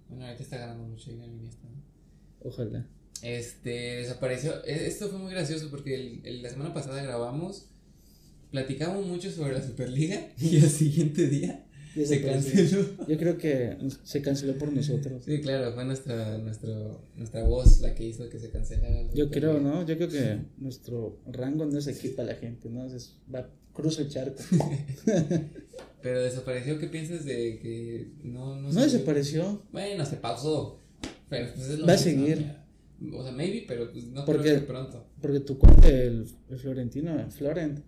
A: Bueno, ahorita está ganando mucho dinero en esta. ¿no?
B: Ojalá.
A: Este, desapareció. E- Esto fue muy gracioso porque el- el- la semana pasada grabamos, platicamos mucho sobre la Superliga y al siguiente día se canceló.
B: Yo creo que se canceló por nosotros.
A: Sí, claro, fue nuestra, nuestro, nuestra voz la que hizo que se cancelara. la
B: Yo creo,
A: Superliga.
B: ¿no? Yo creo que nuestro rango no es aquí para la gente, ¿no? Es, va, cruza el charco.
A: Pero desapareció. ¿Qué piensas de que no, no,
B: No
A: salió?
B: desapareció.
A: Bueno, se pausó. Pero pues es lo
B: Va a
A: mismo,
B: seguir.
A: ¿no? O sea, maybe, pero pues, no
B: ¿Por
A: creo
B: qué?
A: que pronto.
B: Porque tu cuate, el, el florentino, Florent,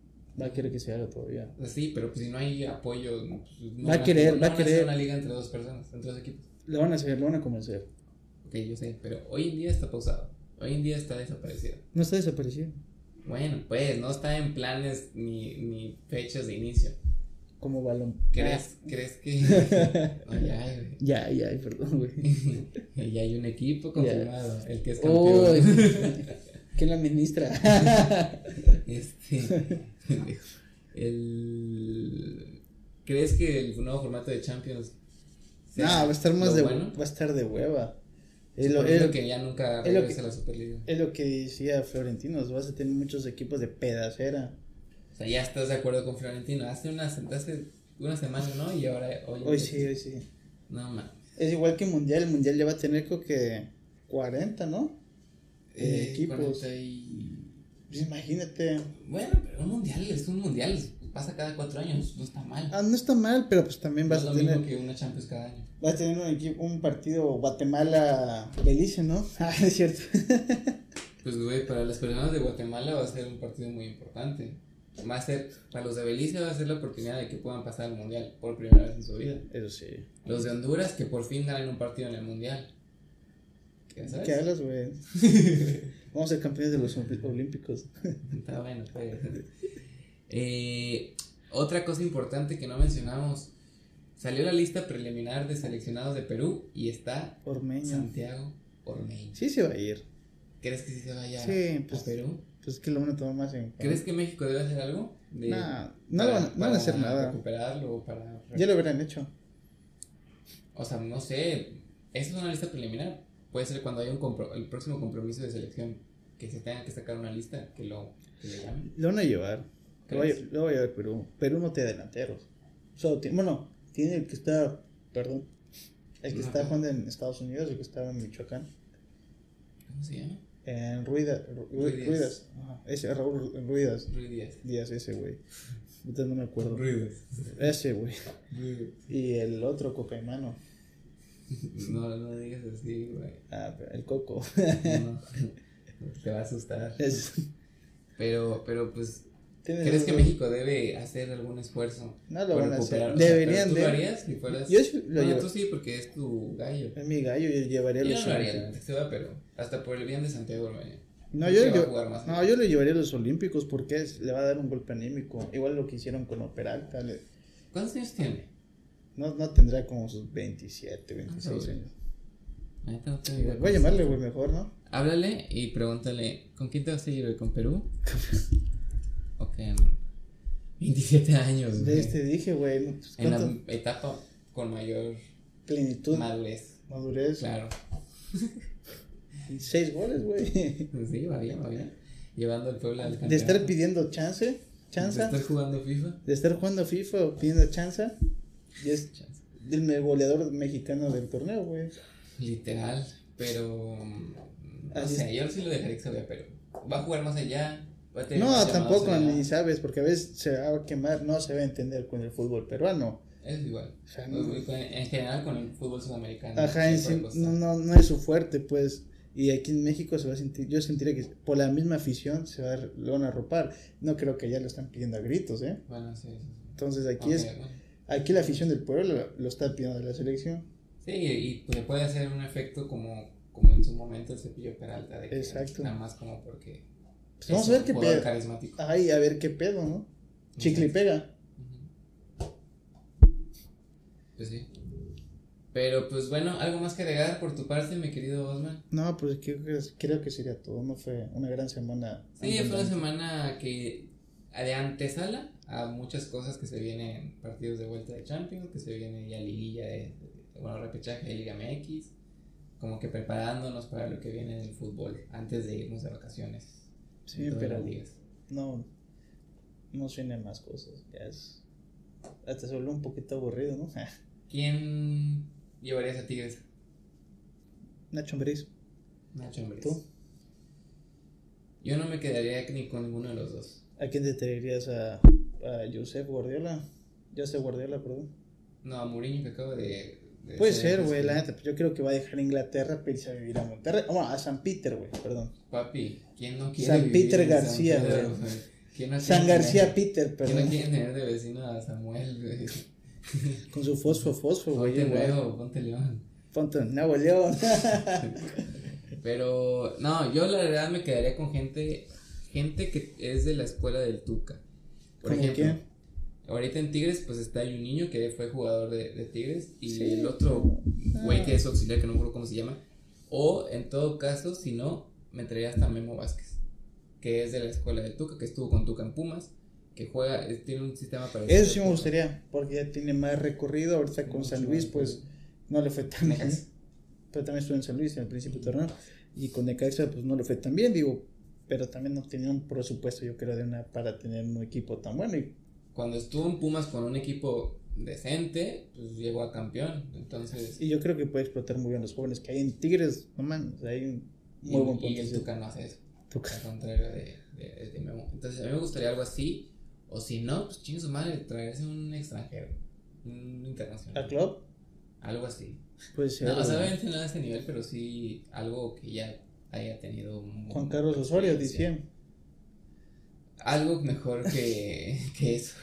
B: va a querer que se haga todavía.
A: O sea, sí, pero pues si no hay apoyo, pues, no
B: Va a
A: van
B: querer,
A: no
B: va a
A: van hacer
B: querer.
A: una liga entre dos personas, entre dos equipos.
B: Lo van a hacer, lo van a convencer.
A: Ok, yo sé, pero hoy en día está pausado. Hoy en día está desaparecido.
B: No está desaparecido.
A: Bueno, pues no está en planes ni, ni fechas de inicio.
B: Como balón.
A: ¿Crees, ¿crees que.? No, ya, hay,
B: Ah, Ya, ya, ay, perdón, güey.
A: güey. ya hay un equipo confirmado, el que es
B: Uy,
A: campeón.
B: ¿Quién la administra?
A: Este. pendejo. El... ¿Crees que el nuevo formato de Champions.
B: no,
A: sea
B: va a estar más
A: lo
B: de
A: bueno?
B: va a estar de hueva. Es
A: Es
B: lo,
A: lo,
B: es lo-
A: que ya nunca
B: es lo
A: regresa
B: que-
A: a la Superliga.
B: es lo que decía Florentino, vas a tener muchos equipos de pedacera.
A: O sea, ya estás de acuerdo con Florentino. Hace una, hace una semana, ¿no? Y ahora. Hoy,
B: Hoy sí, hoy sí.
A: No, man.
B: Es igual que el Mundial, el Mundial ya va a tener creo que 40, ¿no?
A: Eh,
B: equipos.
A: 40 y-
B: Pues imagínate.
A: Bueno, pero un mundial es un mundial. Pasa cada cuatro años, no está mal.
B: Ah, no está mal, pero pues también
A: no es
B: vas a
A: lo
B: tener
A: mismo que una Champions cada año.
B: vas a tener un equipo, un partido Guatemala Belice, ¿no? Ah, es cierto.
A: Pues, güey, para las personas de Guatemala va a ser un partido muy importante. Va a ser, para los de Belice va a ser la oportunidad de que puedan pasar al mundial por primera vez en su vida.
B: Eso sí.
A: Los de Honduras que por fin ganan un partido en el mundial. ¿Ya sabes?
B: ¿Qué hablas, güey? Vamos a ser campeones de los ompli- olímpicos.
A: Está bueno, pues. Eh, otra cosa importante que no mencionamos. Salió la lista preliminar de seleccionados de Perú y está
B: Ormeño.
A: Santiago Ormeño.
B: Sí se va a ir.
A: ¿Crees que sí se vaya
B: Sí,
A: a
B: pues-
A: Perú?
B: Pues es que lo van a tomar más en cuenta.
A: ¿Crees que México debe hacer algo? De-
B: Nah, no,
A: para-
B: lo van, a- no van
A: para
B: a hacer nada.
A: recuperarlo o para...
B: Ya lo hubieran hecho.
A: O sea, no sé. Esa es una lista preliminar. Puede ser cuando haya un compro- el próximo compromiso de selección. Que se tenga que sacar una lista que lo que le llamen.
B: Lo van a llevar. Lo va a,
A: ¿Crees?
B: lle- lo va a llevar Perú. Perú no tiene delanteros. Solo tiene- bueno, tiene el que está. Perdón. El que
A: No.
B: está jugando en Estados Unidos, el que estaba en Michoacán.
A: ¿Cómo se llama?
B: En Ruida, Ru- Ru-
A: Ruidas.
B: Ruidas. Ajá, Ese, Raúl Ru- Ruidas.
A: Ruiz Díaz.
B: Díaz, ese güey. Ahorita no me acuerdo.
A: Ruiz.
B: Ese güey.
A: Ruiz.
B: Y el otro cocaimano.
A: No, no digas así, güey.
B: Ah, pero el coco.
A: No. Te va a asustar.
B: Es-
A: Pero, pero pues,
B: tienes
A: ¿crees que
B: razón.
A: México debe hacer algún esfuerzo?
B: No lo
A: por
B: van a hacer.
A: recuperar? O sea, ¿pero
B: Deberían
A: ¿Tú
B: de.
A: lo harías si fueras?
B: Yo sí lo
A: Bueno,
B: llevo.
A: tú sí, porque es tu gallo.
B: Es mi gallo, yo llevaría a
A: Yo
B: los
A: no lo haría, la
B: Olímpicos.
A: neta, se va, pero hasta por el bien de Santiago me-
B: No,
A: se
B: yo,
A: va a
B: yo-
A: jugar más.
B: no, yo lo llevaría a los Olímpicos porque es- le va a dar un golpe anímico. Igual lo que hicieron con Operalta. le-
A: ¿Cuántos años tiene?
B: no, no tendrá como sus 27, 26
A: Ah,
B: años.
A: La neta, no tengo idea
B: Voy a llamarle, güey, mejor, ¿no?
A: Háblale y pregúntale, ¿con quién te vas a ir hoy? ¿Con Perú? ok. 27 años, güey.
B: De este dije, güey, no, pues,
A: Pues, En
B: ¿cuánto?
A: la etapa con mayor
B: Plenitud,
A: madurez.
B: madurez.
A: Claro.
B: Seis goles, güey.
A: Pues Sí, va bien, va bien. Llevando al pueblo al campeonato.
B: De estar pidiendo chance, chance,
A: De estar jugando FIFA.
B: de estar jugando FIFA o pidiendo chance. Y es
A: Chance.
B: el goleador mexicano del torneo, güey.
A: Literal. Pero. mm, No
B: Así
A: sé, yo sí lo dejaría que se vea, pero. Va a jugar más allá. Va a tener
B: No,
A: este, más
B: tampoco,
A: llamados allá.
B: ni sabes, porque a veces se va a quemar, no se va a entender con el fútbol peruano.
A: Es igual. Pues,
B: O sea, no-
A: En general con el fútbol sudamericano.
B: Ajá, en
A: siempre
B: sí,
A: costó.
B: no, no, no es su fuerte, pues. Y aquí en México se va a sentir, yo sentiría que por la misma afición se va a, lo van a arropar. No creo que ya lo están pidiendo a gritos, ¿eh?
A: Bueno, sí, sí. sí.
B: Entonces aquí
A: Ok,
B: es,
A: bueno.
B: aquí la afición del pueblo lo, lo está pidiendo de la selección.
A: Sí, y pues, le puede hacer un efecto como, como en su momento el cepillo Peralta. De que
B: Exacto.
A: Nada más como porque. es
B: Pues vamos a
A: un
B: ver qué
A: jugador
B: pedo.
A: carismático.
B: Ay, a ver qué pedo, ¿no? Chicle y pega.
A: Ujú. Pues sí. Pero pues bueno, algo más que agregar por tu parte, mi querido Osman.
B: No, pues creo que, creo que sería todo. No fue una gran semana.
A: Sí, fue una semana que de antesala a muchas cosas que se vienen, partidos de vuelta de Champions, que se viene ya liguilla de, de- bueno, repechaje de Liga MX, como que preparándonos para lo que viene en el fútbol antes de irnos de vacaciones. en
B: Sí,
A: todas
B: pero
A: las ligas.
B: no, no suena más cosas. Ya es. Hasta solo un poquito aburrido, ¿no?
A: ¿Quién llevarías a Tigres?
B: Nacho Ambriz.
A: Nacho Ambriz.
B: ¿Tú?
A: Yo no me quedaría ni con ninguno de los dos.
B: ¿A quién te traerías a, a Josep Guardiola? Josep Guardiola, perdón.
A: No, a Mourinho que acaba de. de
B: Puede
A: ser,
B: ser, güey,
A: pues,
B: la neta. Yo creo que va a dejar Inglaterra para irse a vivir a Monterrey. Bueno, a San Peter, güey, perdón.
A: Papi, ¿quién no quiere
B: San
A: vivir
B: Peter
A: en San
B: García,
A: Pedro,
B: güey.
A: güey? ¿Quién no
B: San
A: quiere
B: García
A: tener-
B: Peter,
A: ¿Quién no
B: perdón.
A: quiere tener de vecino a Samuel, güey?
B: Con su fosfo, fosfo, güey.
A: Ponte
B: igual.
A: nuevo, ponte león.
B: Ponte en Nuevo León.
A: Pero, no, yo la verdad me quedaría con gente, gente que es de la escuela del Tuca. Por
B: ¿Cómo
A: ejemplo,
B: quién?
A: ahorita en Tigres, pues está hay un niño que fue jugador de, de Tigres y
B: Sí.
A: el otro güey
B: Ah.
A: que es auxiliar, que no me acuerdo cómo se llama. O en todo caso, si no, me traería hasta Memo Vázquez, que es de la escuela de Tuca, que estuvo con Tuca en Pumas, que juega, es- tiene un sistema parecido.
B: Eso sí
A: al Tuca.
B: me gustaría, porque ya tiene más recorrido. Ahorita con
A: Mucho
B: San Luis,
A: más,
B: pues no le fue tan bien.
A: Necaxa.
B: Pero también estuvo en San Luis en el principio del torneo. Y con Necaxa, pues no le fue tan bien, digo. Pero también no tenía un presupuesto, yo creo, de una para tener un equipo tan bueno. Y
A: Cuando estuvo en Pumas con un equipo decente, pues llegó a campeón. Entonces,
B: Y yo creo que puede explotar muy bien los jóvenes que hay en Tigres, no mames, hay un muy
A: y-
B: buen
A: y el
B: potencial.
A: Tuca no hace eso.
B: Tuca.
A: Al contrario de, de- de Memo. Entonces, a mí me gustaría algo así. O si no, pues chingue su madre, traerse un extranjero. Un
B: ¿A
A: internacional.
B: club? Pues,
A: Algo así.
B: Puede ser.
A: No, o sea,
B: güey.
A: obviamente no a ese nivel, pero sí algo que ya haya tenido. un-
B: Juan Carlos Osorio,
A: experiencia.
B: dice.
A: Algo mejor que, que eso.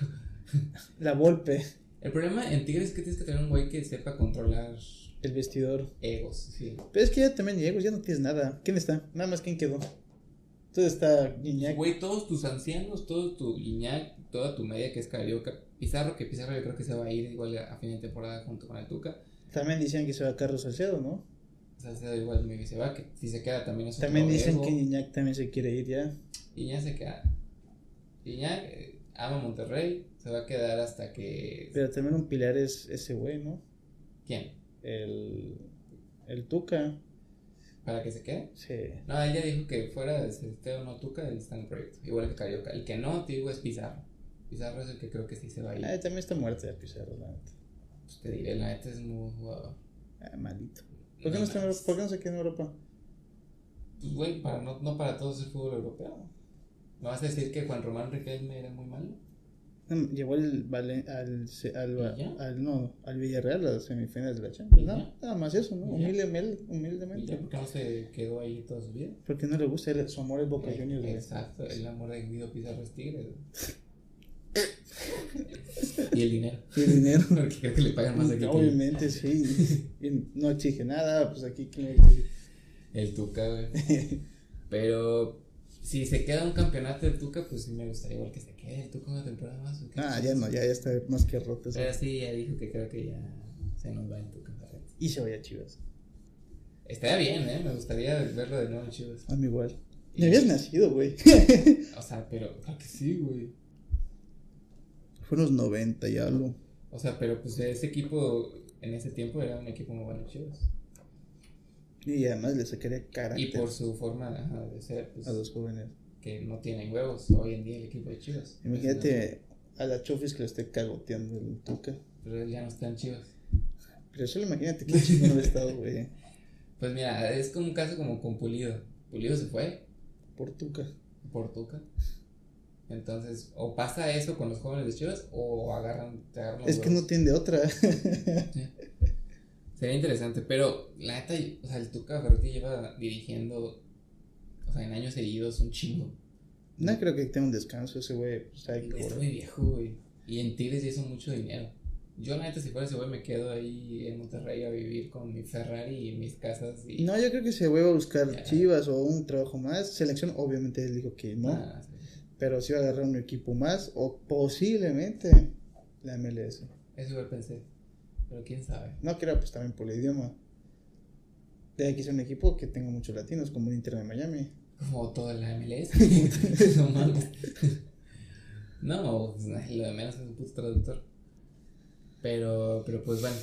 B: La Volpe,
A: El problema en Tigres es que tienes que tener un güey que sepa controlar
B: el vestidor.
A: egos. Sí.
B: Pero es que ya también llego, ya no tienes nada. ¿Quién está? Nada más, ¿quién quedó? Entonces está Guiñac.
A: Güey, todos tus ancianos, todo tu guiñac, toda tu media que es carioca. Pizarro, que Pizarro yo creo que se va a ir igual a, a fin de temporada junto con el Tuca.
B: También decían que se va Carlos Salcedo, ¿no?
A: Salcedo igual me dice, va, que si se queda también es un
B: También dicen que
A: que...
B: Guiñac también se quiere ir ya.
A: Iñak se queda. Iñak eh, ama Monterrey, se va a quedar hasta que...
B: Pero también un pilar es ese güey, ¿no?
A: ¿Quién?
B: El, el Tuca.
A: ¿Para que se quede?
B: Sí.
A: No, ella dijo que fuera de Celesteo no Tuca, él está en el proyecto. Igual que Carioca. El que no, te digo, es Pizarro. Pizarro es el que creo que sí se va a ir.
B: Ah, también está muerto ya Pizarro, la neta.
A: Pues te diré, la neta es muy buen jugador.
B: Ah, malito. ¿Por qué no, está en
A: mames.
B: Europa? ¿Por qué no se queda en Europa?
A: Pues, güey, para, no, no para todos el fútbol europeo. ¿Me vas a decir que Juan Román Riquelme era muy malo?
B: Mm, Llevó al, Valen- al, se- al, Va-
A: ¿Y ya?
B: al- no, al Villarreal a las semifinales de la Champions.
A: ¿Y ya?
B: No, nada más eso, ¿no?
A: ¿Y ya?
B: Humildemente,
A: ¿Y ya
B: humildemente.
A: por qué no se quedó ahí toda su vida?
B: Porque no le gusta él- su amor es Boca
A: Eh,
B: Juniors, güey.
A: Exacto, el amor de Guido Pizarro es Tigres. güey. y el dinero,
B: Y el dinero.
A: porque creo que le pagan más aquí que el,
B: Obviamente, sí. Y no exige nada, pues aquí quién le exige?
A: el Tuca, güey. Pero si se queda un campeonato del Tuca, pues sí me gustaría igual que se quede el Tuca una temporada más. ¿o qué?
B: Ah, ya no, ya, ya está más que roto. eso.
A: Pero sí, ya dijo que creo que ya se nos va el Tuca.
B: Y se vaya a Chivas.
A: Estaría bien, ¿eh? Me gustaría verlo de nuevo en Chivas.
B: A mí igual. Ni habías nacido, güey.
A: O sea, pero... Claro que sí, güey.
B: Fue unos 90 y algo.
A: O sea, pero pues ese equipo en ese tiempo era un equipo muy bueno en Chivas.
B: Y además le sacaría carácter
A: Y por su forma ajá, de ser, pues,
B: a los jóvenes.
A: que no tienen huevos hoy en día el equipo de Chivas.
B: Imagínate a la Chofis que lo esté cagoteando el Tuca.
A: Pero él ya no está en Chivas.
B: Pero solo imagínate qué chingón hubiera estado, güey.
A: Pues mira, es como un caso como con Pulido. Pulido se fue,
B: Por Tuca.
A: por Tuca. Entonces, o pasa eso con los jóvenes de Chivas o agarran, te agarran los
B: Es que no
A: huevos.
B: tiene de otra.
A: Sería interesante, pero la neta, o sea, el Tuca Ferretti lleva dirigiendo, o sea, en años seguidos un chingo.
B: no creo que tenga un descanso ese güey. pues, hay que
A: Está
B: cobrar.
A: muy viejo, güey. Y en Tigres ya hizo mucho dinero. Yo, la neta, si fuera ese güey, me quedo ahí en Monterrey a vivir con mi Ferrari y mis casas. Y...
B: No, yo creo que se va a buscar
A: Ya.
B: Chivas o un trabajo más. Selección, obviamente él dijo que no.
A: Ah, sí.
B: Pero sí va a agarrar un equipo más. O posiblemente la MLS.
A: Eso igual pensé. Pero quién sabe.
B: No creo, pues también por el idioma. Tiene que ser un equipo que tenga muchos latinos, como un Inter de Miami.
A: Como toda la MLS. no mames. No, pues, lo de menos es un puto traductor. Pero, pero pues bueno.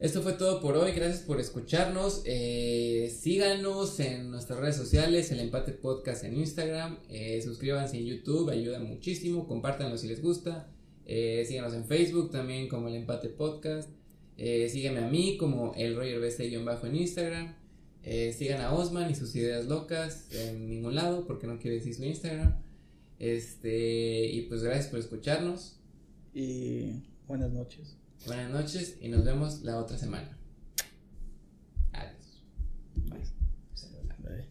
A: Esto fue todo por hoy. Gracias por escucharnos. Eh, síganos en nuestras redes sociales, el Empate Podcast en Instagram. Eh, suscríbanse en YouTube, ayuda muchísimo. Compártanlo si les gusta. Eh, síganos en Facebook también como el Empate Podcast. Eh, sígueme a mí como el Roger BC-bajo en Instagram. Eh, sigan a Osman y sus ideas locas en ningún lado porque no quiere decir su Instagram. Este, y pues gracias por escucharnos.
B: Y buenas noches.
A: Buenas noches y nos vemos la otra semana. Adiós.
B: Bye.